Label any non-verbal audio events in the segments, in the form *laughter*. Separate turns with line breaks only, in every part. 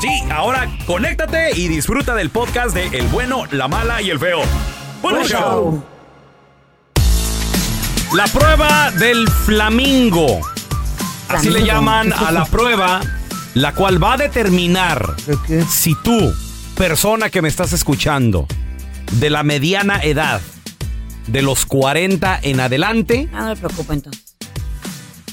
Sí, ahora conéctate y disfruta del podcast de El bueno, la mala y el feo. Bueno, show. La prueba del flamingo. Así le
Flamingo.
llaman a la prueba, la cual va a determinar si tú, persona que me estás escuchando, de la mediana edad, de los 40 en adelante,
Ah, no me preocupo entonces.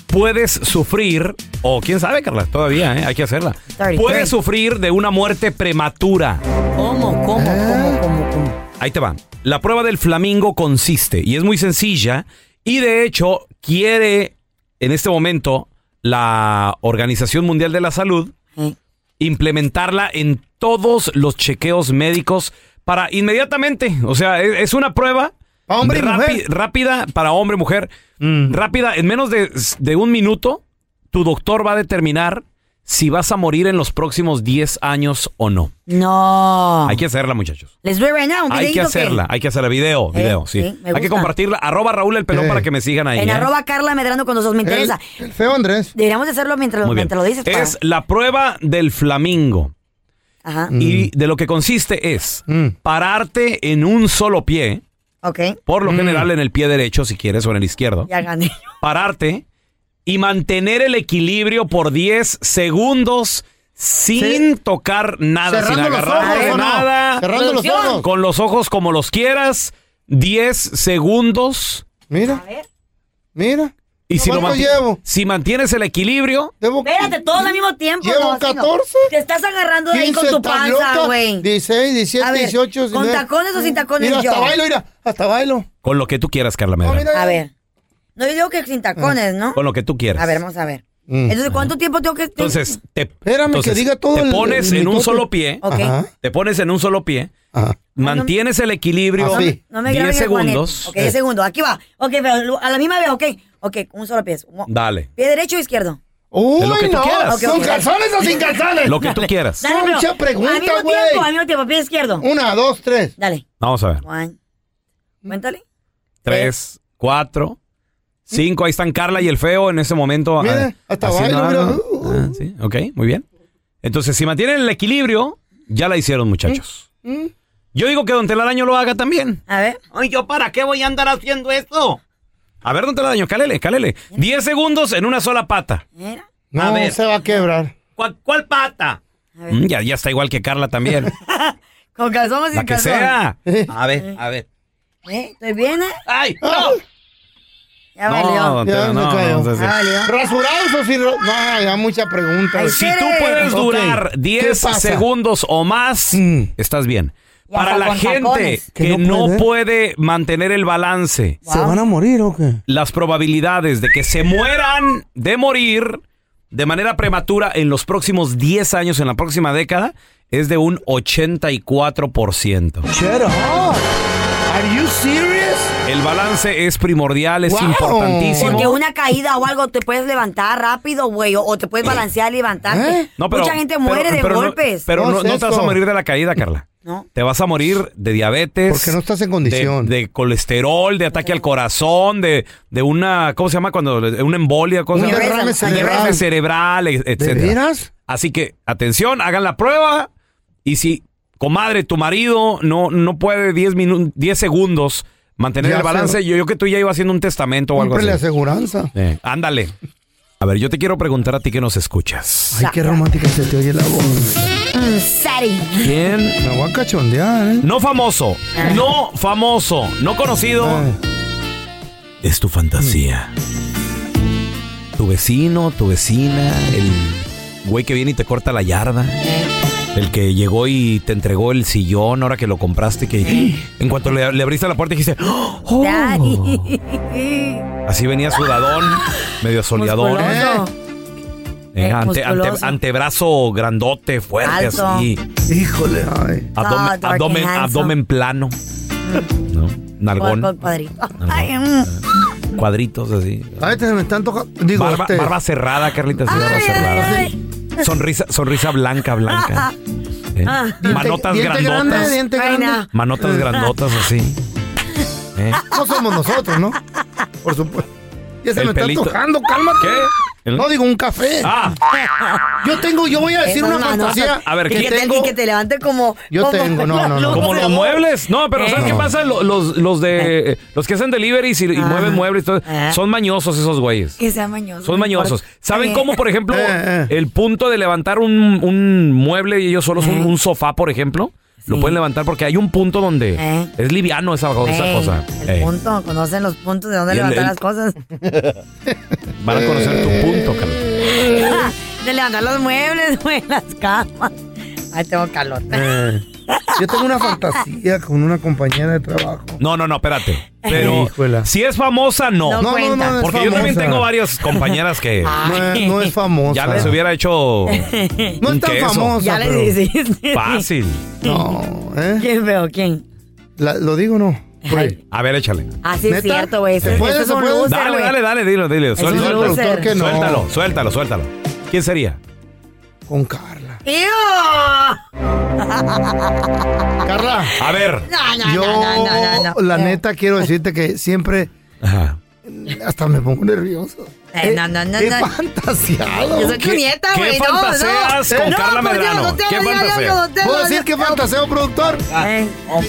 puedes sufrir, o quién sabe, Carla, todavía, ¿eh? hay que hacerla.
33.
Puedes sufrir de una muerte prematura.
¿Cómo, cómo, cómo, cómo, cómo?
Ahí te va. La prueba del flamingo consiste, y es muy sencilla, y de hecho quiere en este momento la Organización Mundial de la Salud
Eh,
implementarla en todos los chequeos médicos para inmediatamente. O sea, e- es una prueba
Pa' hombre y mujer. Mm.
rápida para hombre y mujer. Rápida, en menos de, de un minuto, tu doctor va a determinar si vas a morir en los próximos 10 años o no.
No.
Hay que hacerla, muchachos.
Les doy right now un
Hay que
videíto
hacerla, hay que hacerla. Video,
Eh,
video, sí.
sí, me
hay que
gusta.
compartirla. Arroba Raúl el pelón
Eh.
para que me sigan ahí.
En
¿eh?
arroba Carla Medrano con nosotros, me interesa.
El, el feo Andrés.
Deberíamos de hacerlo mientras,
Muy bien.
mientras lo dices. pa.
Es la prueba del flamingo.
Ajá,
Y de lo que consiste es
Mm.
pararte en un solo pie,
ok.
por
Mm.
lo general en el pie derecho, si quieres, o en el izquierdo.
Ya gané.
Pararte y mantener el equilibrio por 10 segundos sin tocar nada, sin
Cerrando los
agarrar
ojos, ¿o no?
nada.
Cerrando los
Producción.
ojos.
Con los ojos como los quieras. 10 segundos.
Mira,
ver.
mira.
Y si, lo
¿Cuánto
manti-
llevo?
si mantienes el equilibrio,
Debo-
Espérate, todos al mismo tiempo.
Llevo
así
14.
Te estás agarrando de ahí con
15,
tu
¿estás
panza,
loca?
güey.
16, 17,
A ver,
18,
¿con
19.
tacones o sin tacones
Mira, hasta
yo?
bailo, mira, hasta bailo.
con lo que tú quieras, Carla
No,
Medrano.
Ah, mira,
A ver. No, yo digo que sin tacones, ¿no?
Con lo que tú quieras.
A ver, vamos a ver.
Mm.
Entonces, ¿cuánto tiempo tengo que...?
Entonces, te,
Espérame
entonces,
que diga todo
te
el-
pones
el
en un
mitote.
solo pie,
Ok. Ah,
Ajá.
te pones en un solo pie,
Ajá. Ah,
mantienes el equilibrio
Así.
No me
10
graben el Juanete.
segundos.
Eh.
eh,
Ok, 10 segundos. Aquí va. Ok, pero lo- a la misma vez, ok. Ok, un solo pie. Un-
Dale,
Pie derecho o izquierdo.
Uy,
De lo que tú
no.
quieras.
¿Son
Ok, ok.
calzones o sin calzones?
lo que tú quieras.
Dale, pero-
Mucha pregunta,
Al mismo
güey.
tiempo, al mismo tiempo. Pie izquierdo.
Una, dos, tres.
Dale.
Vamos a ver.
Juan. Cuéntale.
3, 4, 5. Ahí están Carla y el feo en ese momento.
Mira,
ah,
hasta
haciendo
bailo,
algo.
mira.
Ah, sí, ok, muy bien. Entonces, si mantienen el equilibrio, ya la hicieron, muchachos. Yo digo que Don Telaraño lo haga también.
A ver.
Ay, ¿yo para qué voy a andar haciendo esto? A ver, don Telaraño, cálele, cálele. Diez segundos en una sola pata.
Mira.
No,
A ver.
se va a quebrar.
¿Cuál, pata?
A ver.
ya, ya está igual que Carla también.
Con calzón o sin
La que
calzón.
sea. A ver, a ver.
¿Eh? ¿Estoy bien, eh?
¡Ay!
Ah,
Ya
No, don Tela,
Ya
no,
me
no,
cayó.
no, no, no.
Ya valió.
¿Rasurados o sin ra- No, ya mucha pregunta.
Ay,
Si tú
Tere.
puedes
Ok.
durar
¿Qué
10
pasa? Mm.
segundos o más, estás bien.
Ya
Para
está
la
con
gente
tacones.
Que
que
no
no
puede.
puede mantener el balance,
¿Se van a morir o qué?
las probabilidades de que se mueran de morir de manera prematura en los próximos 10 años, en la próxima década, es de un 84%.
Shut up. Are you serious?
El balance es primordial, es
Wow.
Porque
importantísimo.
una caída o algo te puedes levantar rápido, güey, o, o te puedes balancear y levantarte.
¿Eh?
Eh. No, pero-
Mucha gente
pero-
muere de
pero no-
golpes.
pero
No
no,
es
no te vas a
eso.
morir de la caída, Carla.
No.
Te vas a morir de diabetes.
Porque no estás en condición.
De, de colesterol, de ataque al corazón, de, de una. ¿Cómo se llama cuando? le- Una embolia, cosa.
Un derrame
Añebreza,
Un derrame
cerebral.
cerebral, e-
¿De
etcétera.
veras?
Así que, atención, hagan la prueba. Y si, comadre, tu marido no, no puede 10 minu- 10 segundos mantener
Ya
el balance,
sé.
yo, yo que tú ya iba haciendo un testamento o algo
Compre la
así.
aseguranza.
Eh, ándale. A ver, yo te quiero preguntar a ti que nos escuchas.
Ay, qué romántica se te oye la voz.
Mm, Sari.
¿Quién
Me voy a cachondear, ¿eh?
No famoso, no famoso, no conocido. Es tu fantasía. Mm. Tu vecino, tu vecina, el güey que viene y te corta la yarda. El que llegó y te entregó el sillón ahora que lo compraste, que en cuanto le, le abriste la puerta dijiste, "Oh".
Daddy.
*laughs* así venía sudadón, medio soleadón,
Musculoso.
eh,
Eh,
ante- ante-
musculoso.
antebrazo grandote, fuerte,
Alto.
así.
Híjole, ay.
Abdomen,
dark and
abdomen,
handsome.
abdomen plano. ¿No?
Por-
Nalgón.
por cuadrito.
Nalgón.
Ay, mm.
Cuadritos así.
Ay, te me están tocando. Digo,
Barba,
este.
barba cerrada, Carlita, sí, barba
Ay,
cerrada.
ay, Ah,
Sonrisa, sonrisa blanca, blanca.
*laughs*
Eh,
Diente-
Manotas
diente
grandotas.
Grande, diente
Ay,
grande.
no.
Manotas grandotas así. Eh,
*laughs* No somos nosotros, ¿no? Por supuesto. Ya se
El
me
pelito.
está tocando, cálmate.
¿Qué? El-
No digo un café.
Ah,
Yo tengo, yo voy a decir
Esas
una
manotas.
fantasía.
A ver,
y
¿qué?
que, te,
tengo?
y que te levante como.
Yo
como
tengo, no, no, no.
como
luz.
los muebles. No, pero ¿sabes
Eh. Ah.
qué pasa? Lo- Los, los de. eh, Los que hacen deliveries y, y
Ajá.
mueven muebles y todo,
Ajá.
Son mañosos esos güeyes.
Que sean mañosos.
Son mañosos. ¿Saben cómo, por ejemplo,
Eh, eh.
el punto de levantar un, un mueble y ellos solos, un,
Eh.
un sofá, por ejemplo? Lo
Sí.
pueden levantar porque hay un punto donde
Eh.
es liviano esa, co- *laughs* esa cosa. Eh.
El
Ey,
punto, conocen los puntos de dónde
Y el-
levantar
el-
las cosas.
*laughs*
*laughs*
Van a conocer tu punto, Carlos.
de levantar los muebles, *laughs* güey, las camas. Ay, tengo calor.
Eh, yo tengo una fantasía con una compañera de trabajo.
No, no, no, espérate. Pero
Híjola.
si es famosa, no.
No, cuenta.
es
porque yo también
famosa.
tengo varias compañeras que
No es, no es famosa.
ya les hubiera hecho
No
un
es tan
queso.
famosa.
ya
pero-
les hiciste.
fácil.
No, ¿eh?
¿Quién veo? ¿Quién?
La- ¿Lo digo o no?
Ay,
A ver, échale.
Así es
¿Neta?
cierto, güey.
¿Se
Ese-
puede,
ese es
se
un
puede?
loser,
Dale,
Pues güey.
dale, dale, dilo, dilo.
Es un
Suel-
Dice Pues el
loser.
Suéltalo,
productor que no.
suéltalo, suéltalo, suéltalo. ¿Quién sería?
Con Carla.
¡Ew!
Carla,
A ver.
No, no,
yo
no, no, no, no, Eh, no.
la neta quiero decirte que siempre
Ajá.
hasta me pongo nervioso.
Eh, no, no, no,
He
no.
fantasiado.
Yo soy tu nieta,
qué
güey. no,
fantaseas
no.
con
no,
Carla
por Dios,
Medrano?
no te
¿Qué
hagas, ya,
fantaseas?
no, no *laughs* te
¿Puedo
hagas,
decir que
ya.
fantaseo, productor?
Eh, oh my.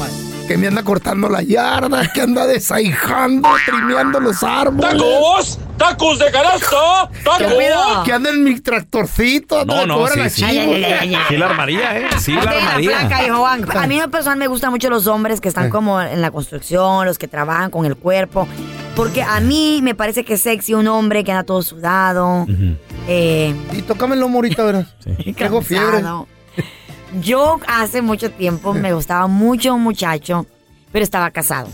Que me anda cortando la yarda, que anda desaijando, trimeando los árboles.
¡Tacos! ¡Tacos de canasta!
Que,
¡Tacos!
Cuidado.
que anda en mi tractorcito,
No,
no,
no,
cobran
sí,
a
sí.
chivo.
Ay, ay, ay, ay, ay.
Sí la armaría, ¿eh? Sí la
Ponte la placa,
armaría.
hijo Juan. A mí en lo personal me gustan mucho los hombres que están como en la construcción, los que trabajan con el cuerpo. Porque a mí me parece que es sexy un hombre que anda todo sudado. eh,
Y tócamelo, morita, verás. Tengo fiebre.
cansado. Yo hace mucho tiempo me gustaba mucho un muchacho, pero estaba casado.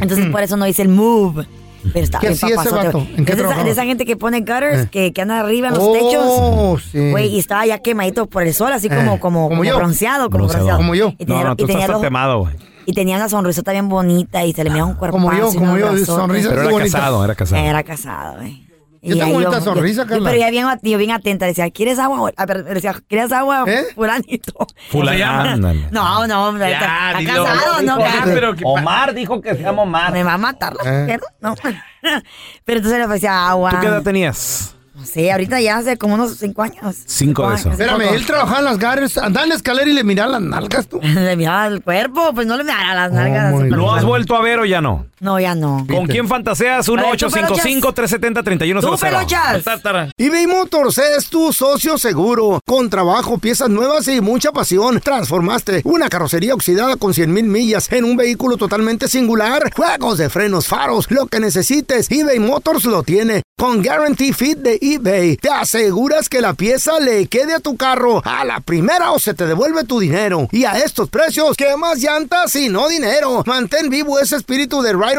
Entonces por eso no hice el move. Pero estaba
Mm. ¿Qué
bien
hacía ese
papazote,
vato?
güey.
¿En qué
Es de, esa,
trabajaba?
de esa gente que pone gutters,
Eh.
que, que anda arriba en los techos.
Oh, sí.
Güey, y estaba ya quemadito por el sol, así como,
Eh,
como,
como
como
yo.
bronceado, como
Bronceado.
bronceado.
Como yo.
Y tenía,
No, no,
y
tú
tenía
estás
el ojo-
temado, güey.
y tenía una sonrisota bien bonita y se le miraba un cuerpazo.
Como yo,
y
como
unos
yo,
brazotes.
sonrisa
Pero era
Bonita.
casado, era
Ya
casado.
Era casado, güey. Y
Yo tengo
ahí
bonita sonrisa,
yo-
Carla.
Pero ya bien, yo bien atenta, le decía, ¿quieres agua? güey? Ah, pero le decía, ¿quieres agua,
¿Eh?
fulanito?
Fulano. ándale.
No, no, hombre, está, está casado, ¿no? Claro.
Omar dijo que se llama Omar.
Me va a matar la
Eh.
mujer, ¿no? *laughs* pero entonces le ofrecía agua.
¿Tú qué edad tenías?
No sé, ahorita ya hace como unos cinco años. *laughs*
Cinco de
años,
esos.
hace
Espérame,
poco.
él trabajaba en las garras, andaba en la escalera y le miraba las nalgas, tú.
Le miraba el cuerpo, pues no le miraba las nalgas.
Oh my
así,
God.
pero-
¿Lo has vuelto a ver o ya no?
No, ya no.
¿Con quién fantaseas?
A ver, tú,
1-855-370-3100.
Tú, Pelochas.
Ta, ta, ta.
eBay Motors es tu socio seguro. Con trabajo, piezas nuevas y mucha pasión, transformaste una carrocería oxidada con 100 mil millas en un vehículo totalmente singular. Juegos de frenos, faros, lo que necesites, eBay Motors lo tiene. Con Guarantee Fit de eBay, te aseguras que la pieza le quede a tu carro a la primera o se te devuelve tu dinero. Y a estos precios, ¿qué más llantas y no dinero? Mantén vivo ese espíritu de Ride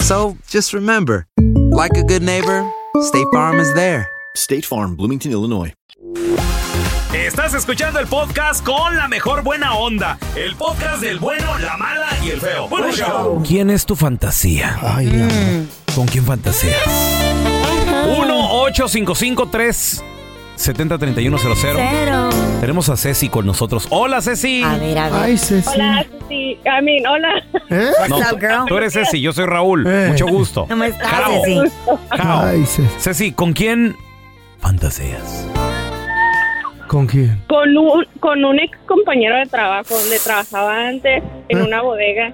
So just remember, like a good neighbor, State Farm is there.
State Farm, Bloomington, Illinois.
Estás escuchando el podcast con la mejor buena onda. El podcast del bueno, la mala y el feo. Bueno, show. ¿Quién es tu fantasía?
Ay,
Mm.
¿Con quién fantaseas? 1-855-370-3100.
Pero.
Tenemos a Ceci con nosotros. Hola, Ceci.
A ver, a ver.
Ceci.
Sí, a mí, hola. *laughs*
¿Eh?
No,
What's up, girl?
tú eres Ceci, yo soy Raúl.
Eh.
Mucho gusto.
¿Cómo estás,
Jao.
Ceci?
Jao.
Ceci.
Ceci, ¿con quién fantaseas?
¿Con quién?
Con un, con un ex compañero de trabajo donde trabajaba antes en
Ah.
una bodega.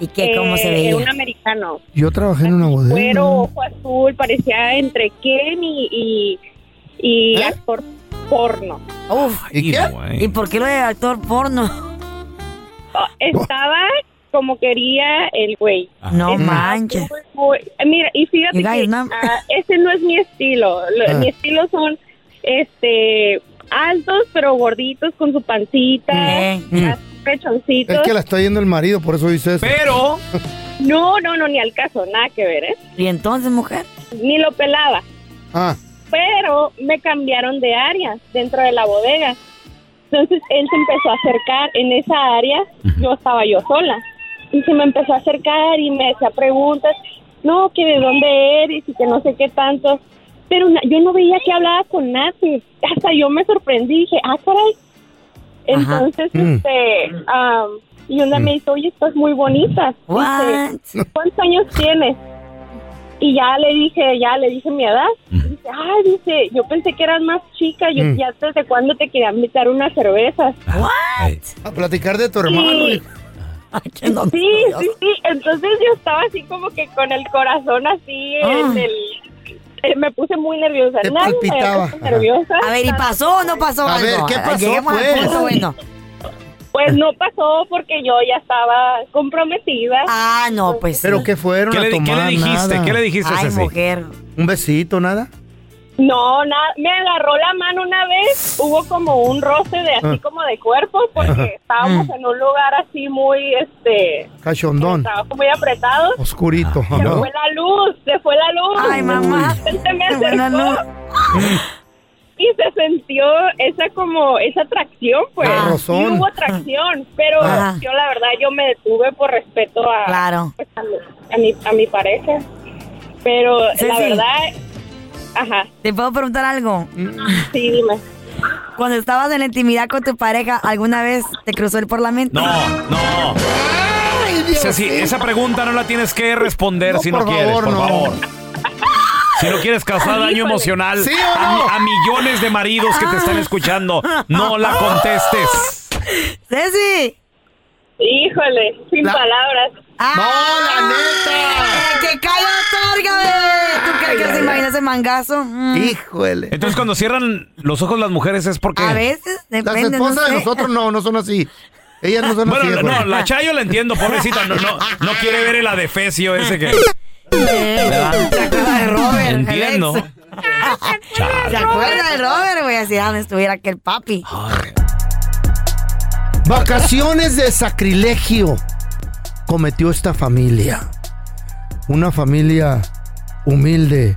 ¿Y qué? ¿Cómo
Eh,
se
Era
veía?
un americano.
Yo trabajé en una
Cuero, ojo azul, parecía entre Ken y, y, y
¿Eh?
actor porno.
Uf.
¿Y qué?
güey.
¿Y por qué lo de actor porno?
Oh, Estaba como quería el güey.
No
Estaba
manches.
muy, muy- eh, mira, y fíjate
You guys
que
know-
ah, ese no es mi estilo. Lo-
Ah.
Mi estilo son este altos pero gorditos con su pancita,
Eh,
pechoncitos.
la está yendo el marido, por eso dice eso.
Pero,
No, no, no, ni al caso, nada que ver, ¿eh?
¿Y entonces, mujer?
Ni lo pelaba.
Ah,
Pero me cambiaron de área dentro de la bodega. Entonces él se empezó a acercar en esa área, yo estaba yo sola. Y se me empezó a acercar y me hacía preguntas, no, que de dónde eres y que no sé qué tanto. Pero na- yo no veía que hablaba con nadie. Hasta yo me sorprendí, dije, ah, caray.
Ajá.
Entonces,
Mm.
este, am, y una me dice, oye, estás muy bonita. Dice,
What?
¿cuántos años tienes? Y ya le dije, ya le dije mi edad. Dice, ay, dice, yo pensé que eras más chica, yo
Mm.
ya desde cuándo te quería invitar unas cervezas.
Ay.
What?
a platicar de tu
Y,
Ay, qué no-
sí, sí, sí, entonces yo estaba así como que con el corazón así en
Ay.
el... eh, Me puse muy nerviosa.
Ah. Te
Nadie me había
palpitaba.
puesto
Ajá.
nerviosa.
A ver, ¿y pasó o no pasó
A ver,
algo?
¿qué pasó,
Lleguemos al
pues?
punto bueno.
Pues no pasó porque yo ya estaba comprometida.
Ah, no, pues sí.
qué fueron
¿qué le, qué le dijiste? ¿Qué le dijiste,
Ay,
Ceci?
mujer.
¿Un besito, nada?
No, nada, me agarró la mano una vez, hubo como un roce de así
Ah.
como de cuerpo, porque estábamos en un lugar así muy, este,
Cachondón.
trabajo muy apretado,
Oscurito.
Ah,
se fue la luz, se fue la luz.
Ay, mamá.
Él se me
Qué buena
acercó
luz.
y se sintió esa como, esa atracción, pues.
Ah.
Sí hubo atracción, pero
Ajá.
yo la verdad, yo me detuve por respeto a,
Claro.
pues, a, mi, a, mi, a mi pareja, pero la
Ceci.
verdad, ajá,
¿Te puedo preguntar algo?
sí, dime.
Cuando estabas en la intimidad con tu pareja, ¿alguna vez te cruzó él por la mente?
No, no. Ceci, esa pregunta no la tienes que responder
No,
si no
por
quieres,
favor,
por
no.
favor. Si no quieres causar daño emocional
¿Sí o
a,
no?
mi- a millones de maridos que te
Ah.
están escuchando, no la contestes.
¡Ceci!
Híjole, sin
La-
palabras.
¡Ah!
¡No, la neta!
¡Que caiga otorga, bebé! ¿Tú crees que se imagina ese mangazo? Mm.
Híjole.
Entonces, cuando cierran los ojos las mujeres es porque.
A veces,
Las
depende.
esposas
no sé. *laughs*
de nosotros no, no son así. Ellas no son así.
Bueno,
güey.
no, la Chayo la entiendo, pobrecita. No, no, no quiere ver el adefesio ese que. ¿Verdad?
¿Te acuerdas de Robert? el
Entiendo.
ex? ¿Se acuerda de Robert, güey? Así donde estuviera aquel papi.
Ah, Vacaciones de sacrilegio cometió esta familia. Una familia humilde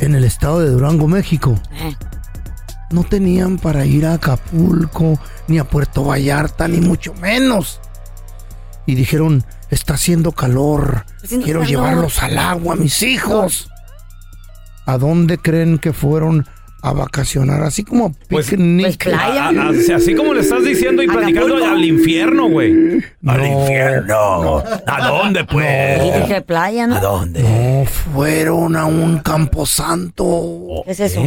en el estado de Durango, México. No tenían para ir a Acapulco, ni a Puerto Vallarta, ni mucho menos. Y dijeron, está haciendo calor,
haciendo
quiero
calor".
llevarlos al agua, mis hijos. ¿A dónde creen que fueron a vacacionar? Así como
Pues
picnic.
A- a- así- así como le estás diciendo y platicando al infierno, güey. Al infierno. ¿A dónde,
Dijiste
pues?
que playa, ¿no?
dónde?
No, fueron a un camposanto.
Oh.
¿Qué es eso?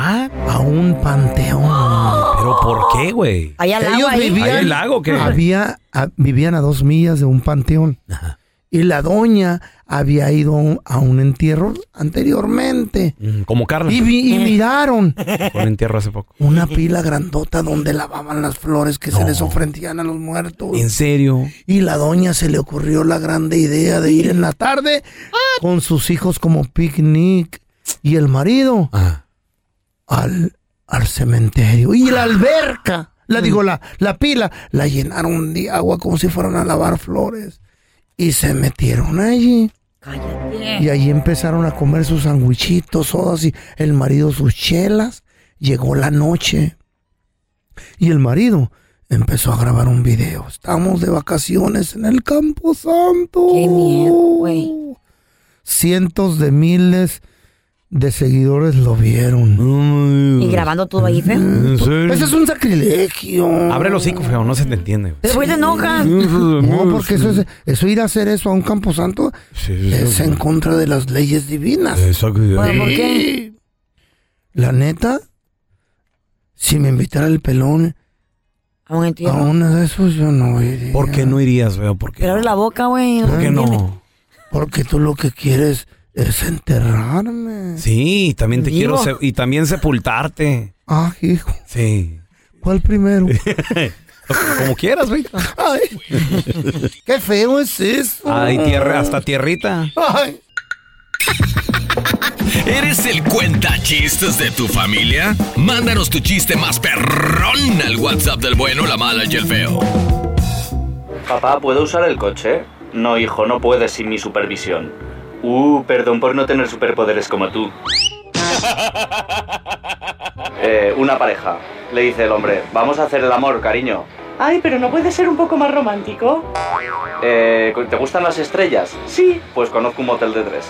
A un panteón.
¿Eh? ¿Pero por qué, güey?
Allá al
Ellos
agua ahí.
vivían.
¿Hay el lago o qué?
Había, a- vivían a dos millas de un panteón. Y la doña había ido a un- a un entierro anteriormente.
Mm, Como Carla.
Y, vi- y miraron
Con entierro hace poco.
una pila grandota donde lavaban las flores que se les ofrecían a los muertos.
¿En serio?
Y la doña se le ocurrió la grande idea de ir en la tarde con sus hijos como picnic y el marido
Ajá.
al, al cementerio. Y la alberca, la digo, la, la pila, la llenaron de agua como si fueran a lavar flores. Y se metieron allí. Y ahí empezaron a comer sus sandwichitos, sodas y el marido sus chelas. Llegó la noche. Y el marido empezó a grabar un video. Estamos de vacaciones en el Campo Santo.
Qué miedo, Oh, güey.
Cientos de miles de seguidores lo vieron.
Y grabando todo ahí, feo.
¿En serio?
Ese Pues es un sacrilegio.
Abre los hocico, feo, no se te entiende. güey.
Después se enoja.
Mm. No,
pues,
porque eso, es- eso ir a hacer eso a un camposanto es en contra de las leyes divinas.
Bueno, ¿por qué?
Sí. La neta, si me invitara el pelón
A un
a
entierro.
uno de esos, yo no iría.
¿Por qué no irías, feo? ¿Por qué,
Pero abre la boca, güey.
¿Por qué
entiendes?
no?
Porque tú lo que quieres es enterrarme.
Sí, también te
Vivo.
quiero se- y también sepultarte.
Ah, hijo,
Sí.
¿cuál primero?
Como quieras, güey.
Ay, qué feo es eso.
Ay, tierra, hasta tierrita.
Ay.
¿Eres el cuenta chistes de tu familia? Mándanos tu chiste más perrón al WhatsApp del bueno, la mala y el feo.
Papá, ¿puedo usar el coche? No, hijo, no puedes sin mi supervisión. Uh, perdón por no tener superpoderes
*laughs*
como tú. Eh, una pareja. Le dice el hombre, vamos a hacer el amor, cariño.
Ay, pero no puede ser un poco más romántico.
Eh, ¿Te gustan las estrellas? Sí. Pues conozco un motel de tres.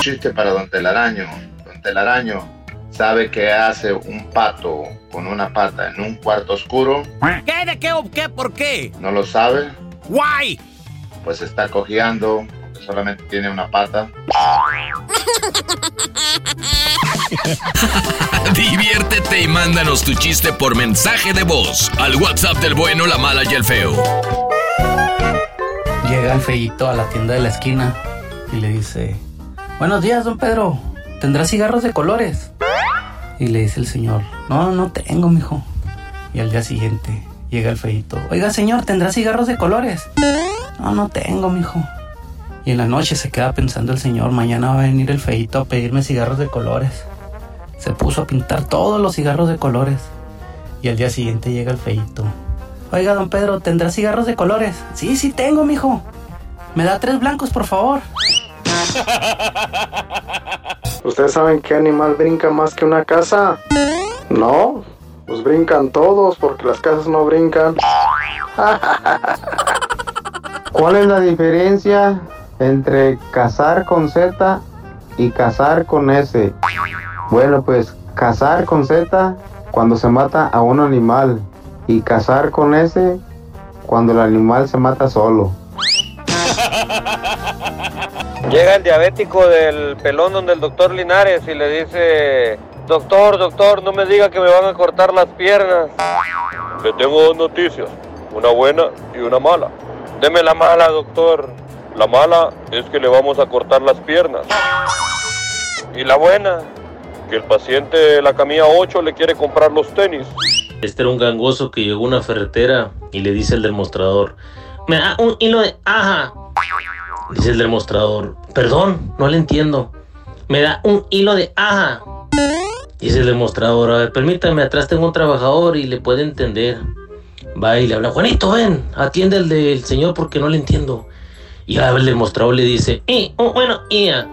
chiste para Don Telaraño. Don Telaraño sabe que hace un pato con una pata en un cuarto oscuro.
¿Qué? ¿De qué? o ¿Qué? ¿Por qué?
¿No lo sabe?
¡Guay!
Pues está cojeando, porque solamente tiene una pata.
Diviértete y mándanos tu chiste por mensaje de voz al WhatsApp del bueno, la mala y el feo.
Llega el feillito a la tienda de la esquina y le dice, buenos días, don Pedro, ¿tendrá cigarros de colores? Y le dice el señor, no, no tengo, mijo. Y al día siguiente llega el feillito, oiga, señor, ¿tendrá cigarros de colores? No, no tengo, mijo. Y en la noche se queda pensando el señor, mañana va a venir el feillito a pedirme cigarros de colores. Se puso a pintar todos los cigarros de colores. Y al día siguiente llega el feillito. Oiga, don Pedro, ¿tendrá cigarros de colores? Sí, sí tengo, mijo. ¿Me da tres blancos, por favor?
¿Ustedes saben qué animal brinca más que una casa? No, pues brincan todos porque las casas no brincan. ¿Cuál es la diferencia entre cazar con Z y cazar con S? Bueno, pues cazar con Z cuando se mata a un animal y cazar con S cuando el animal se mata solo.
Llega el diabético del pelón donde el doctor Linares y le dice, doctor, doctor, no me diga que me van a cortar las piernas. Le tengo dos noticias, una buena y una mala. Deme la mala, doctor. La mala es que le vamos a cortar las piernas. Y la buena, que el paciente de la camilla 8 le quiere comprar los tenis.
Este era un gangoso que llegó a una ferretera y le dice al del mostrador, me da un hilo de aja. Dice el del mostrador, perdón, no le entiendo. Me da un hilo de aja. Dice el del mostrador, a ver, permítame, atrás tengo un trabajador y le puede entender. Va y le habla, Juanito, ven, atiende el del señor porque no le entiendo. Y a ver, el del mostrador le dice, y, un bueno, ia.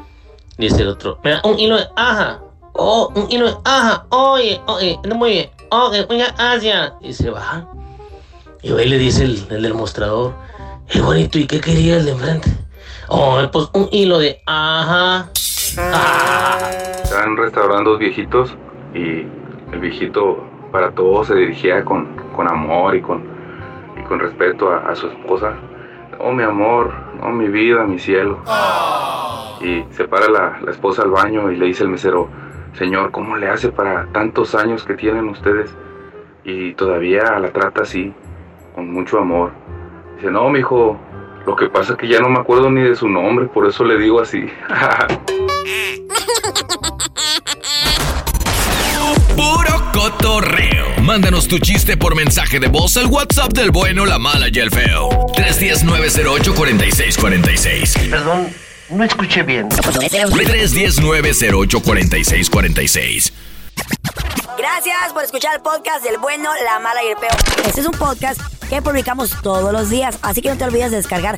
Dice el otro, me da un hilo de aja. Oh, un hilo de aja. Oye, oye, no muy bien. Oye, muchas gracias. ah, Y se baja. Y ahí le dice el, el del mostrador, es bonito, ¿y qué quería el de enfrente? Oh, pues un hilo de ajá.
Estaban restaurando dos viejitos y el viejito para todos se dirigía con, con amor y con, y con respeto a, a su esposa. Oh, mi amor, oh, mi vida, mi cielo. Y se para la, la esposa al baño y le dice el mesero, Señor, ¿cómo le hace para tantos años que tienen ustedes? Y todavía la trata así, con mucho amor. Dice, no, mijo, lo que pasa es que ya no me acuerdo ni de su nombre, por eso le digo así.
Puro cotorreo. Mándanos tu chiste por mensaje de voz al WhatsApp del bueno, la mala y el feo. 319-08-4646.
Perdón, no escuché bien.
319-08-4646.
Gracias por escuchar el podcast del bueno, la mala y el peor. Este es un podcast que publicamos todos los días, así que no te olvides de descargar